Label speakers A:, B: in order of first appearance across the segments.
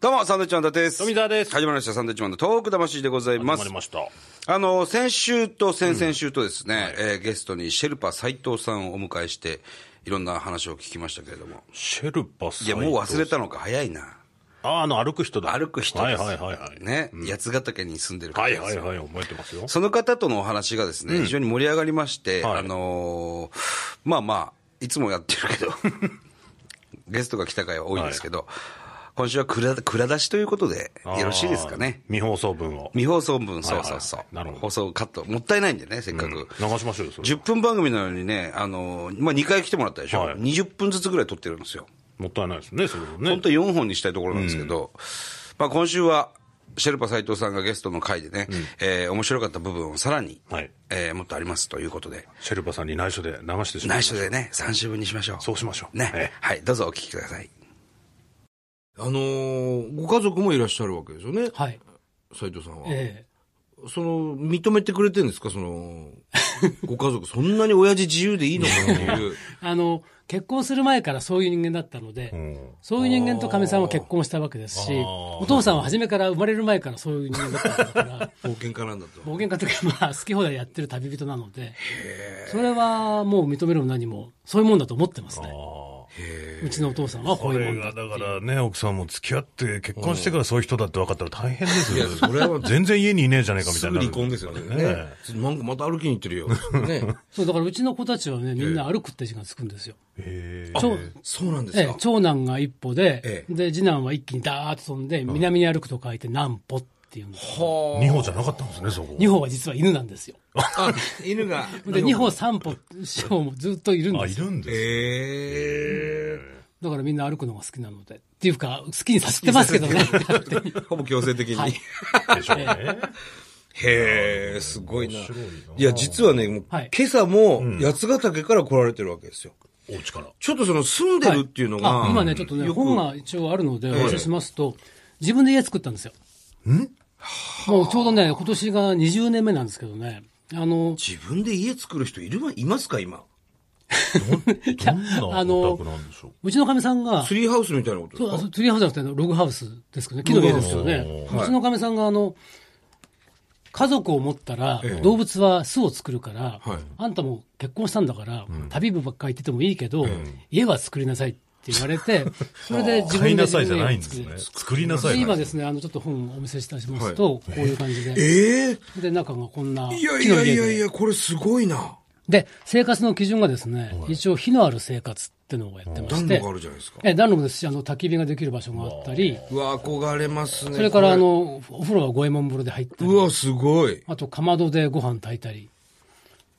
A: どうも、サンドウィッチマン伊達です。
B: 富澤です
A: 始まりました、サンドウィッチマンのトーク魂でございま
B: 始ますり。ました。
A: あの、先週と先々週とですね、えーゲストにシェルパ斎藤さんをお迎えして、いろんな話を聞きましたけれども。
B: シェルパさん。
A: いや、もう忘れたのか、早いな。
B: ああ、あの、歩く人だ。
A: 歩く人です。
B: はいはいはいはい。
A: ね、八ヶ岳に住んでる方
B: は
A: で
B: い
A: す。
B: はいはい、覚えてますよ。
A: その方とのお話がですね、非常に盛り上がりまして、
B: はい
A: あのーまあまあ、いつもやってるけど、 ゲストが来た回は多いんですけど、今週は蔵蔵出しということで、よろしいですかね。
B: あー。未放送分を。
A: 未放送分、そ
B: は
A: う
B: い
A: そうそう。
B: なるほど
A: 放送カット。もったいないんでね、せっかく。
B: 流しましょうよ、それ
A: 10。分番組なのにね、あのーまあ、2回来てもらったでしょ、
B: はい
A: 20分ずつぐらい撮ってるんですよ。
B: もったいないですね、それもね
A: 本。当は4本にしたいところなんですけど、まあ、今週は、シェルパ斎藤さんがゲストの回でね、えー面白かった部分をさらに、
B: はい
A: えーもっとありますということで、
B: シェルパさんに内緒で流してしまい
A: 内
B: ま
A: 緒
B: し
A: でね、3週分にしましょう。
B: そうしましょう
A: ね、
B: ええ
A: はい、どうぞお聞きください。
C: あのーご家族もいらっしゃるわけですよね、
D: はい。
C: 斉藤さんは。
D: え
C: その、認めてくれてるんですか、その、 ご家族、そんなに親父自由でいいのかっていう。
D: えあの、結婚する前からそういう人間だったので、
B: ん
D: そういう人間とかみさんは結婚したわけですし、お父さんは初めから生まれる前からそういう人間だったんだ から、
C: 冒険家なんだと。
D: 冒険家というか、まあ、好き放題やってる旅人なので、それはもう認めるも何も、そういうもんだと思ってますね。
B: あー
D: うちのお父さんはこ
B: こ
D: ういう
B: れ
D: もん
B: が
D: だって
B: だ
D: いう。
B: からね、奥さんも付き合って、結婚してからそういう人だって分かったら大変です
C: いや、
B: よ。
C: それは、
B: 全然家にいねえじゃねえかみた
C: す
B: い
C: ぐ
B: な。
C: 離婚ですよね。ね
B: ね
C: なんかまた歩きに行ってるよ。ね。
D: そう、だからうちの子たちはね、みんな歩くって字がつくんですよ。
B: え
C: あ
D: そう
C: そうなんで
D: え
C: す
D: え
C: か。
D: 長男が一歩で、
C: え
D: で、次男は一気にダーッと飛んで、南に歩くと書いて南歩っていうんです。
C: は
B: 二歩じゃなかったんですね、そこ。
D: 二歩は実は犬なんですよ。
C: あ。あ、犬が。
D: で、2歩3歩師匠もずっといるん
B: あ、
D: で
B: い
D: すよ
B: るんですね。
C: え
D: だからみんな歩くのが好きなので。っていうか、好きにさせてますけどね。
C: えほぼ強制的に。
D: はい
B: でしょうね。
C: へえ、すごいな。
B: 面白いない
C: や、実はね、もう、
D: はい
C: 今朝も、八ヶ岳から来られてるわけですよ。
B: お家から。
C: ちょっとその、住んでるっていうのが、
D: あ今ね、ちょっとね、
C: よく
D: 本が一応あるので、お教えしますと、自分で家作ったんですよ。もうちょうどね、今年が20年目なんですけどね。あの、
C: 自分で家作る人いるまいますか、今。
B: どんな
D: あの
B: お宅なんでしょう。
D: うちのかみさんが、
C: ツリーハウスみたいなことです
D: そう
C: か
D: そうツリーハウスじゃなくてあの、ログハウスですけどね、木の家ですよね。
C: ウス
D: うちのかみさんが、あの、家族を持ったら、動物は巣を作るから、
C: はい
D: あんたも結婚したんだから、旅部ばっかり行っててもいいけど、家は作りなさいって言われて、それで自
B: 買いな
D: 分で自
B: さいじゃ
D: 分の
B: ない
D: 家
B: ん
D: を
B: で
D: 作
B: す
D: る
B: ね。。作りなさ
D: で
B: い。
D: 今ですね、あの、ちょっと本をお見せしたりしますと、こういう感じで、
C: ええ
D: で、中がこんない
C: やい
D: 木の
C: や
D: 家
C: いや
D: で
C: いや、これすごいな。
D: で、生活の基準がですね、一応火のある生活ってのをやってまし
C: 暖
D: て、
C: 炉があるじゃないですか。
D: え暖炉もですし、あの、焚き火ができる場所があったり、
C: うわ、憧れますね。
D: それから、あ
C: こ
D: の、お風呂は五右衛門風呂で入った
C: れ、
D: り
C: う、わ、すごい。
D: あと、かまどでご飯炊いたり。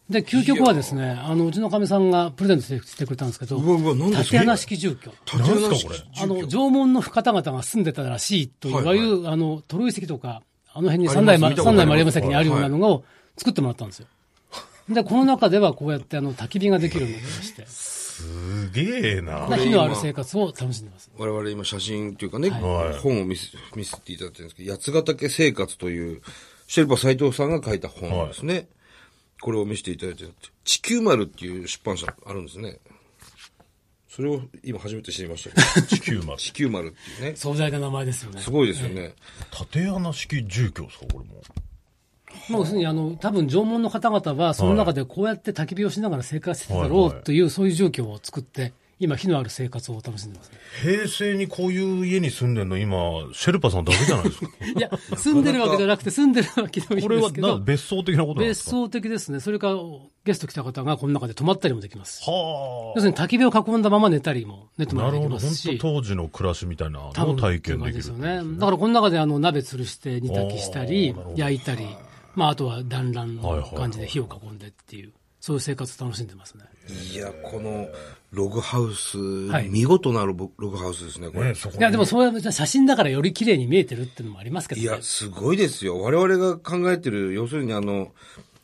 D: で、究極はですね、あの、うちのかみさんがプレゼントしてくれたんですけど、
C: うわうわ何ですか
D: 縦穴式住居。
C: 立ち話
B: なんすかこれ
D: あの、縄文の方々が住んでたらしいという、
C: はい
D: い
C: はい
D: わゆる、あの、トロイ遺跡とか、あの辺に
C: あります
D: 三代
C: 見
D: ま、
C: たことあ
D: 三
C: ります
D: 代丸山崎にあるようなのを作ってもらったんですよ。で、この中ではこうやって、あの、焚き火ができるようになりま して、
B: すげえな。
D: 火のある生活を楽しんでます。
C: 我々今写真っていうかね、
B: はい
C: 本を見せ見せていただいてるんですけど、八ヶ岳生活という、シェルパ斎藤さんが書いた本ですね。これを見せていただいてるって。地球丸っていう出版社あるんですね。それを今初めて知りましたけ ど
B: 地球まで
C: 地球丸っていうね。
D: 壮大な名前ですよね。
C: すごいですよね。
B: 縦穴式住居ですか、これも。
D: まあ、要するに、あの、多分縄文の方々は、その中でこうやって焚き火をしながら生活してただ
B: はい
D: ろ
B: はいう
D: という、そういう状況を作って、今、火のある生活を楽しんでますね。
B: 平成にこういう家に住んでるの、今、シェルパさんだけじゃない ですか。
D: いや、住んでるわけじゃなくて、住んでるわけでもいい
B: こ
D: ん
B: れ
D: で
B: は
D: すけ
B: な
D: ど、
B: 別荘的なことなんで
D: 別
B: すか
D: 荘的ですね。それから、ゲスト来た方がこの中で泊まったりもできます。
B: は
D: 要するに、焚き火を囲んだまま寝たりも、寝
B: あ。
D: 泊ま
B: な
D: り
B: る
D: もで
B: ほ
D: き
B: ど。
D: ます
B: 本
D: し
B: 当、当時の暮らしみたいなの
D: 多
B: を
D: 分
B: 体験できる。
D: そういう感じですよね。だから、この中で、あの、鍋吊るして、煮炊きしたり
B: あーなるほ、ど
D: 焼いたり、まあ、あとは団らん
B: はい
D: の
B: はいはい
D: 感じで火を囲んでっていう、そういう生活を楽しんでますね。
C: いや、このログハウス、
D: い
C: 見事なログログハウスですね、これ。
B: ね、そこ
D: いや、でもそういう写真だからより綺麗に見えてるっていうのもありますけど
C: い
D: ね。
C: や、すごいですよ。我々が考えてる、要するにあの、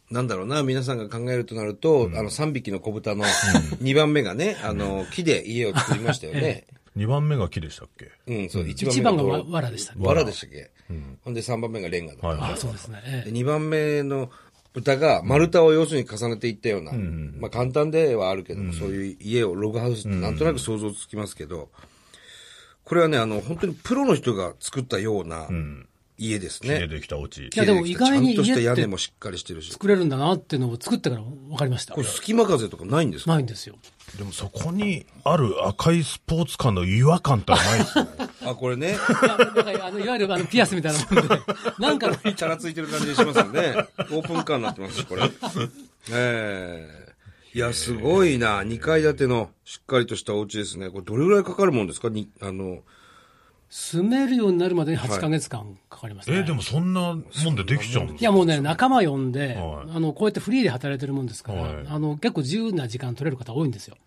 C: なんだろうな、皆さんが考えるとなると、あの、3匹の小豚の2番目がね、あの、木で家を作りましたよね。
B: 2番目が木でしたっけ
C: うん、そう、一番目
D: 一番が
C: が
D: わ
C: わ
D: わらでしたね。
C: わらでしたっけ、ほんで3番目がレンガだ、
B: はい
D: あ
B: は
D: そうですね。え
C: で
D: え
C: 2番目の豚が丸太を要するに重ねていったような、まあ簡単ではあるけども、そういう家をログハウスってなんとなく想像つきますけど、これはね、あの、本当にプロの人が作ったような家です
B: 家
C: ね。
B: できたお家。
D: やでも意外に
C: ちゃんとした
D: 家
C: 屋
D: って
C: 根もしっかりしてるし。
D: 作れるんだなっていうのを作ってから分かりました
C: これ。隙間風とかないんですか
D: ないんですよ。
B: でもそこにある赤いスポーツ感の違和感ってないですよ ね。
C: あ、これね。
D: いやだからあのいわゆるあのピアスみたいなもんで、なんかの
C: チャラついてる感じがしますよね。オープンカーになってますし、これ。ええいや、すごいな。2階建てのしっかりとしたお家ですね。これどれぐらいかかるもんですかに、あの、
D: 住めるようになるまでに8ヶ月間かかりましたね。
B: え、でもそんなもんでできちゃうんです
D: いやもうね、仲間呼んで、
B: はい
D: あの、こうやってフリーで働いてるもんですから、
B: はい
D: あの、結構自由な時間取れる方多いんですよ。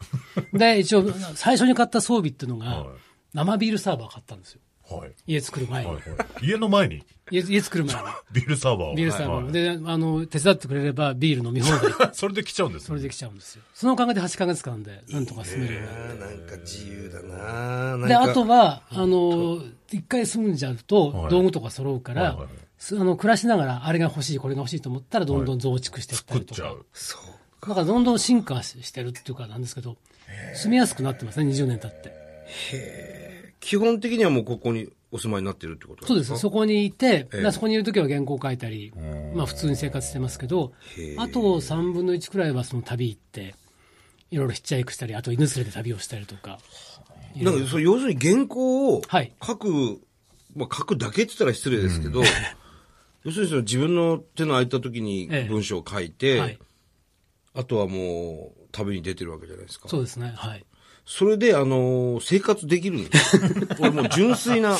D: で、一応、最初に買った装備っていうのが、
B: はい
D: 生ビールサーバー買ったんですよ。
B: かはい。
D: 家作る前に。
B: はいはい。家の前に
D: 家家作る前に。
B: ビールサーバーを。
D: ビールサーバーを、
B: はい
D: で、あの、手伝ってくれればビール飲み放題。
B: それで来ちゃうんですね。
D: それできちゃうんですよ。そのおかげで8ヶ月間で、なんとか住めるようになって。
C: なんか自由だななん
D: で、
C: か
D: あとは、あの、一回住んじゃうと
B: はい、
D: 道具とか揃うか
B: はい
D: ら
B: はいはい、
D: すあの、暮らしながら、あれが欲しい、これが欲しいと思ったら、どんどん増築していった
B: 食っ
D: りと
B: ち
D: か。
B: ゃう。
D: だからどんどん進化ししてるっていうかなんですけど、住みやすくなってますね、20年経って。
C: 基本的にはもうここにお住まいになってるってこと
D: そうですす、そこにいて、まあそこにいるときは原稿書いたり
B: う、ん
D: まあ普通に生活してますけど、あと3分の1くらいはその旅行って、いろいろヒッチハイクしたり、あと犬連れて旅をしたりとか。
C: なんか、そう要するに原稿を
D: はい
C: 書く、まあ書くだけって言ったら失礼ですけど、 要するにその自分の手の空いた時に
D: ええ
C: 文章を書いて、
D: はい。
C: あとはもう旅に出てるわけじゃないですか。
D: そうですね、はい。
C: それで、あのー生活できるんです よ俺もう純粋な。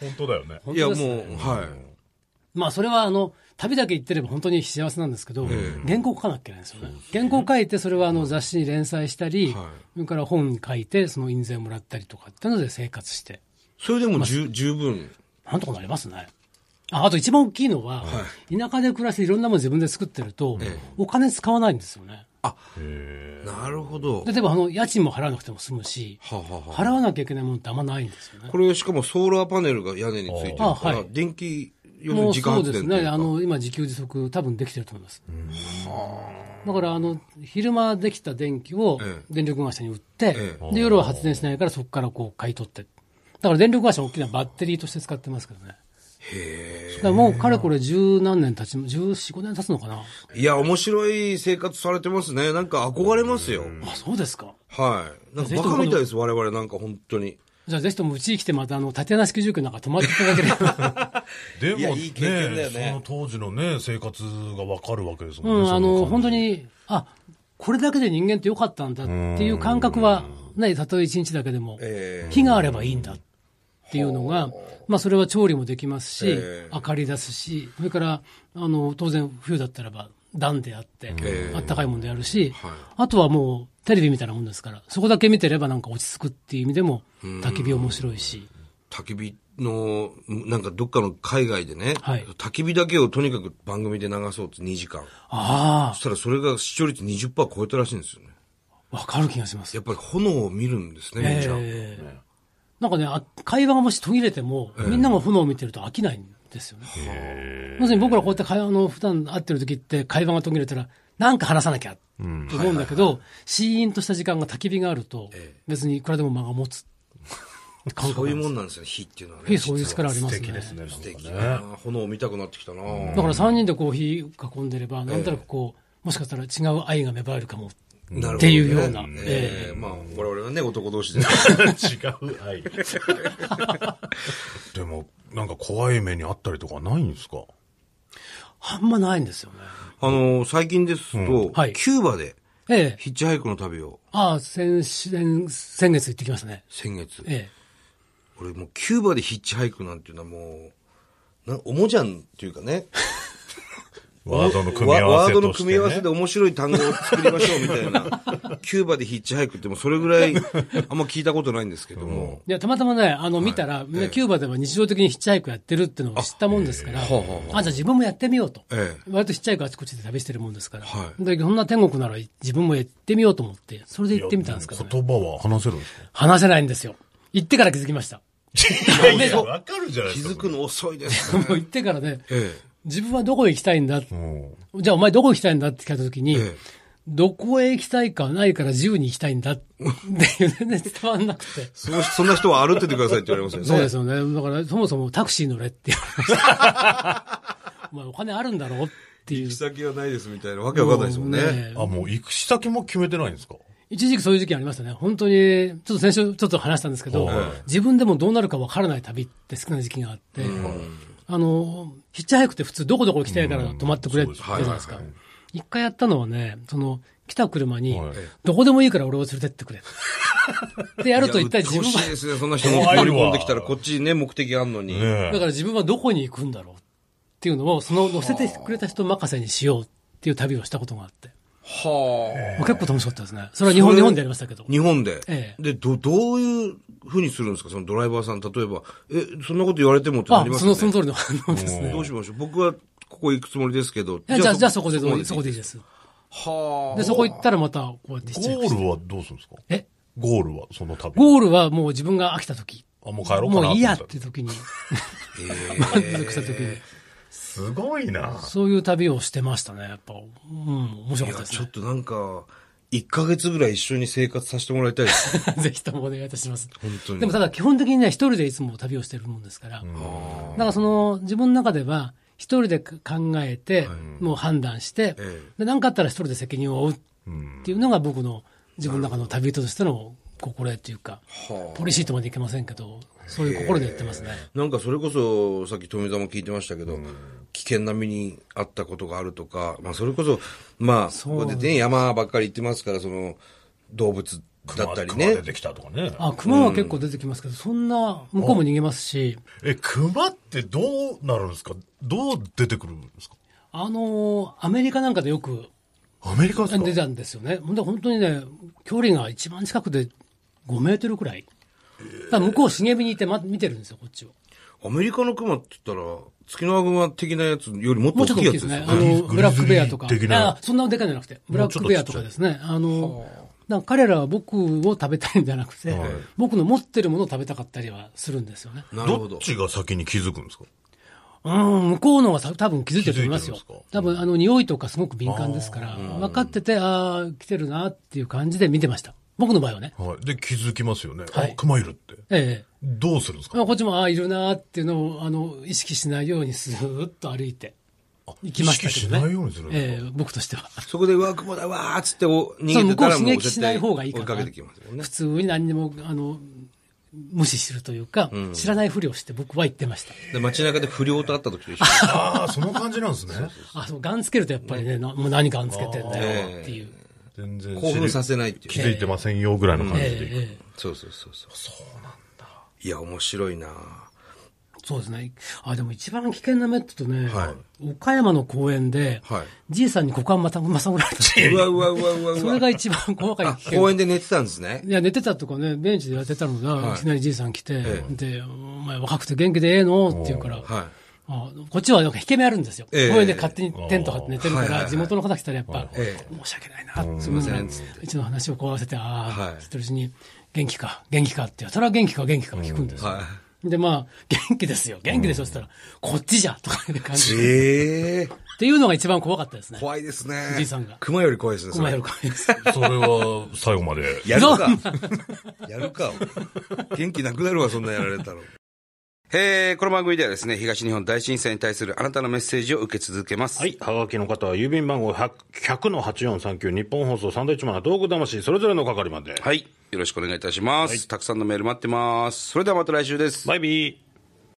B: 本当だよね。
D: 本
C: いや、
D: 当
C: も
D: で
C: う
D: すね、
C: はい。
D: まあそれはあの、旅だけ行ってれば本当に幸せなんですけど、原稿書かなきゃいけないんですよね。原稿書いて、それはあの雑誌に連載したり、
C: はい
D: それから本に書いて、その印税をもらったりとかっていうので生活して、
C: それでも十十分。
D: なんとかなりますね。ああと一番大きいのは、田舎で暮らしていろんなもの自分で作ってると、お金使わないんですよね。
C: なるほど。
D: 例えばあの家賃も払わなくても済むし、
C: ははは
D: 払わなきゃいけないものってあんまないんですよね。
C: これしかもソーラーパネルが屋根についてる
D: あ
C: か
D: は
C: ら
D: い、
C: 電気、要する
D: も
C: に
D: う
C: 時間
D: そう
C: 発
D: で
C: 電
D: す
C: とい
D: ね、
C: うか
D: あの今、自給自足、多分できてると思います。だからあの昼間できた電気を
C: え
D: 電力会社に売って、
C: え
D: で夜は発電しないから、そこからこう買い取って、だから電力会社は大きなバッテリーとして使ってますけどね。だからもうかれこれ十何年経ち、十四五年経つのかな。
C: いや、面白い生活されてますね。なんか憧れますよ。
D: あ、そうですか。
C: はい。なんかバカみたいです、我々なんか本当に。
D: じゃあぜひともうちに来てまたあの、縦穴式住居なんか泊まっていただければ。
B: で
C: いや
B: も
C: いい経験だよ
B: ね、
C: ね
B: その当時のね、生活がわかるわけですもん
D: う
B: ね。
D: ん、
B: そ
D: あの、
B: 感
D: 本
B: じ
D: 当。に、あ、これだけで人間ってよかったんだっていう感覚は、ね、たとえ一日だけでも、
C: え
D: 火があればいいんだっていうのが、まあそれは調理もできますし
C: え、
D: 明かり出すし、それから、あの、当然冬だったらば、暖であって、あったかいもんであるし、あとはもうテレビみたいなもんですから、そこだけ見てればなんか落ち着くっていう意味でも、焚き火面白いし、
C: 焚き火の、なんかどっかの海外でね、
D: はい
C: 焚き火だけをとにかく番組で流そうって2時間。
D: あ
C: そしたらそれが視聴率20%超えたらしいんですよね。
D: あ、わかる気がします
C: や。っぱり炎を見るんですね、みんな。
D: ええなんかね、あ会話がもし途切れても、みんなが炎を見てると飽きないんですよね。要するに僕らこうやって会話の普段会ってる時って会話が途切れたら、なんか話さなきゃって思うんだけど、シーンとした時間が焚き火があると、別にいくらでも間が持つ
C: そういうんも
D: 感覚なです。
C: んなんですね、火っていうのはね。
D: ええそういう力ありま
B: 素
D: す
B: 敵です
D: ね。
B: ね、素
C: 素敵
B: 敵
C: だ
B: ね。
C: な炎を見たくなってきたな、
D: だから3人でこう火囲んでれば、なんとなくこう、もしかしたら違う愛が芽生えるかも。
C: なるほどね
D: っていうような
C: ええまあ、我々はね、男同士で。
B: 違う愛。でも、なんか怖い目にあったりとかないんですか
D: あんまないんですよね。
C: あの、最近ですと、
D: はい
C: キューバで
D: ええ。
C: ヒッチハイクの旅を
D: ああ、先、先先月行ってきましたね。
C: 先月。
D: ええ。
C: 俺もうキューバでヒッチハイクなんていうのはもう、なおもじゃんっていうかね。
B: ワードの組み
C: わ
B: 合わ
C: ワ
B: せ
C: ードの
B: として、
C: 組
B: ね。
C: み合わせで面白い単語を作りましょうみたいな。 キューバでヒッチハイクってもうそれぐらい、あんま聞いたことないんですけども。
D: いや、たまたまね、あの、見たら、みんなキューバでは日常的にヒッチハイクやってるってのを知ったもんですから、あ、
C: はあは
D: じゃあ自分もやってみようと。
C: ええ
D: 割とヒッチハイクあちこちで旅してるもんですから、
C: はい
D: でそんな天国なら自分も行ってみようと思って、それで行ってみたんですけど、ね、
B: 言葉は話せるんですか
D: 話せないんですよ。行ってから気づきました。
B: いやいや、わかるじゃないで
C: 気
B: すか。
C: づくの遅いです
D: も
C: ね。
D: う行ってからね、
C: ええ
D: 自分はどこ行きたいんだ、
B: うん
D: じゃあお前どこ行きたいんだって聞かれた時に、
C: え
D: どこへ行きたいかないから自由に行きたいんだっていう全然伝わんなくて。
C: そのそんな人は歩いててくださいって言われますよね。
D: そうですよね。だから、そもそもタクシー乗れって言われました。お前お金あるんだろっていう
C: 行き。先はないですみたいなわけわかんないですもんね。
D: ね
B: あ、もう行く先も決めてないんですか
D: 一時期そういう時期ありましたね。本当に、ちょっと先週ちょっと話したんですけど、自分でもどうなるかわからない旅って少ない時期があって、あの、ヒッチハイクって普通どこどこ行きたいから泊まってくれって言うじゃないですか。一回やったのはね、その、来た車に
B: はい、
D: どこでもいいから俺を連れてってくれ。ってやると一体
C: いや
D: 自
C: 鬱陶
D: 分
C: しい
D: は
C: で、すね、そんな人 乗っ取り込んできたら、こっちね、目的あんのに。
B: ね
D: だから自分はどこに行くんだろうっていうのを、その乗せてくれた人任せにしようっていう旅をしたことがあって。
C: は
D: まあ結構楽しかったですね。それは日本、日本でやりましたけど
C: あ。。日本で。
D: ええ
C: で、ど、どういうふうにするんですかそのドライバーさん、例えば、え、そんなこと言われてもってな
D: あ
C: り、ます
D: そ
C: よ
D: の、
C: ね。
D: その通りの 反応ですね。
C: どうしましょう僕はここ行くつもりですけど。
D: いやじゃあ、じゃあそこでどう、そこでいい
C: す。
D: です。
C: はあ。
D: で、そこ行ったらまた、こうやってしちゃいま
B: ゴ
D: した
B: ールはどうするんですか
D: え
B: ゴールはその旅。
D: ゴールはもう自分が飽きた時。
B: あ、もう帰ろうかなと思
D: も
B: た
D: ういいやって時に、満足した時に、
B: すごいな。
D: そういう旅をしてましたね。やっぱ、うん、面白
C: い
D: か
C: や
D: ったで
C: ちょ
D: す
C: っ
D: ね。
C: となんか、1ヶ月ぐらい一緒に生活させてもらいたいです。
D: ぜひともお願いいたします。
C: 本当に。
D: でもただ基本的にね、一人でいつも旅をしてるもんですから、だからその自分の中では、一人で考えて、もう判断して、
C: え
D: で何かあったら一人で責任を負うっていうのが僕の自分の中の旅人としての心得というか、ポリシーとまでいけませんけど、そういう心でやってますね。
C: なんかそれこそ、さっき富澤も聞いてましたけど、危険な目にあったことがあるとか、まあそれこそ、まあ、
D: う
C: ここでね、山ばっかり行ってますから、その、動物だったりね
B: 熊出。てきたとかね。
D: あ、熊は結構出てきますけど、そんな、向こうも逃げますし、
B: え、熊ってどうなるんですかどう出てくるんですか
D: あのーアメリカなんかでよく
B: アメリカですか
D: 出たんですよね。ほんで本当にね、距離が一番近くで5メートルくらい。だから向こう茂みにいて、ま、見てるんですよ、こっちを。
C: アメリカの熊って言ったら、月の熊的なやつよりもっと
D: も
C: 大
D: うちょ
C: き
D: っと
C: い
D: 大き
C: やつですす
D: いでね。
C: よ
D: あ
C: ね。
D: の、ブラックベアとか。
B: グリズリー的な
D: あそんなでかいじゃなくて、ブラックベアとかですね。あの、なんか彼らは僕を食べたいんじゃなくて、僕の持ってるものを食べたかったりはするんですよね。
C: なるほ
B: ど
C: ど
B: っ。ちが先に気づくんですか
D: うん、向こうの方がさ多分気づいてると思いますよ
B: 気づいてるんです。
D: 多分、あの、匂いとかすごく敏感ですから、分かってて、ああ、来てるなっていう感じで見てました。僕の場合はね。
B: はい。で、気づきますよね。
D: は
B: あ
D: い、
B: 熊いるって。
D: ええ
B: どうするんです
D: まあ
B: か
D: こっちも、ああ、いるなーっていうのを、あの、意識しないようにスーッと歩いて、行きました
B: 意識
D: け
B: し
D: どね。
B: ないようにするんですか、
D: ええ僕としては。
C: そこで、うわ、熊だわーっつってお逃
D: そ
C: げ
D: う
C: て
D: 向こ
C: た
D: う
C: ら
D: 刺
C: もう
D: 激
C: 絶
D: しな
C: 対
D: い方がいい
C: 追
D: か
C: い
D: な。
C: かけてきますもんね
D: 普。通に何にも、あの、無視するというか、知らないふりをして僕は言ってました。
C: で、街中で不良と会った時と一緒に。
B: ああ、その感じなんですね。
D: あ、そう、ガンつけるとやっぱりね、なもう何ガンつけてんだよっていう。
B: 全然
C: 興奮させないっていう。
B: 気づいてませんよぐらいの感じ
D: ええ
B: でいく。
D: ええ
C: そうそうそうそう。そうなんだ。いや、面白いな
D: そうですね。あ、でも一番危険な目って言うとね、岡山の公園で、
C: はい
D: じいさんに股間またまさぐられた。
C: うわうわうわうわうわ。
D: それが一番細かい
C: あ
D: 危、険
C: 公園で寝てたんですね。
D: いや、寝てたとかね、ベンチでやってたのが、い、きなりじいさん来て、で、お前若くて元気でええのって言うから、
C: はい。
D: あこっちはなんか引け目あるんですよ。
C: ええ
D: 公園で勝手にテント張って寝てるか
C: はいはい
D: ら、
C: はい
D: 地元の方来たらやっぱ、
C: え
D: 申し訳ないな、す
C: みません
D: う
C: つっ
D: ちの話をこう合わせて、ああ、
C: はい
D: 言ってるうちに、元気か、元気かって、それは元気か、元気か聞くんですよ。
C: は
D: で、まあ、元気ですよ、元気でしょって言ったら、こっちじゃとかいう感じ。っ
C: ええ
D: ていうのが一番怖かったですね。
C: 怖いですね。
D: じいさんが
C: 熊より怖いですね。それ
D: 熊より怖いです。
B: それは最後まで。
C: やるか。やる か。元気なくなるわ、そんなやられたら。
A: えーこの番組ではですね、東日本大震災に対するあなたのメッセージを受け続けます。
E: はい。はがきの方は、郵便番号100 100の8439、日本放送サンドイッチマンの道具魂、それぞれの係まで。
A: はい。よろしくお願いいたします。たくさんのメール待ってます。それではまた来週です。
E: バイビー。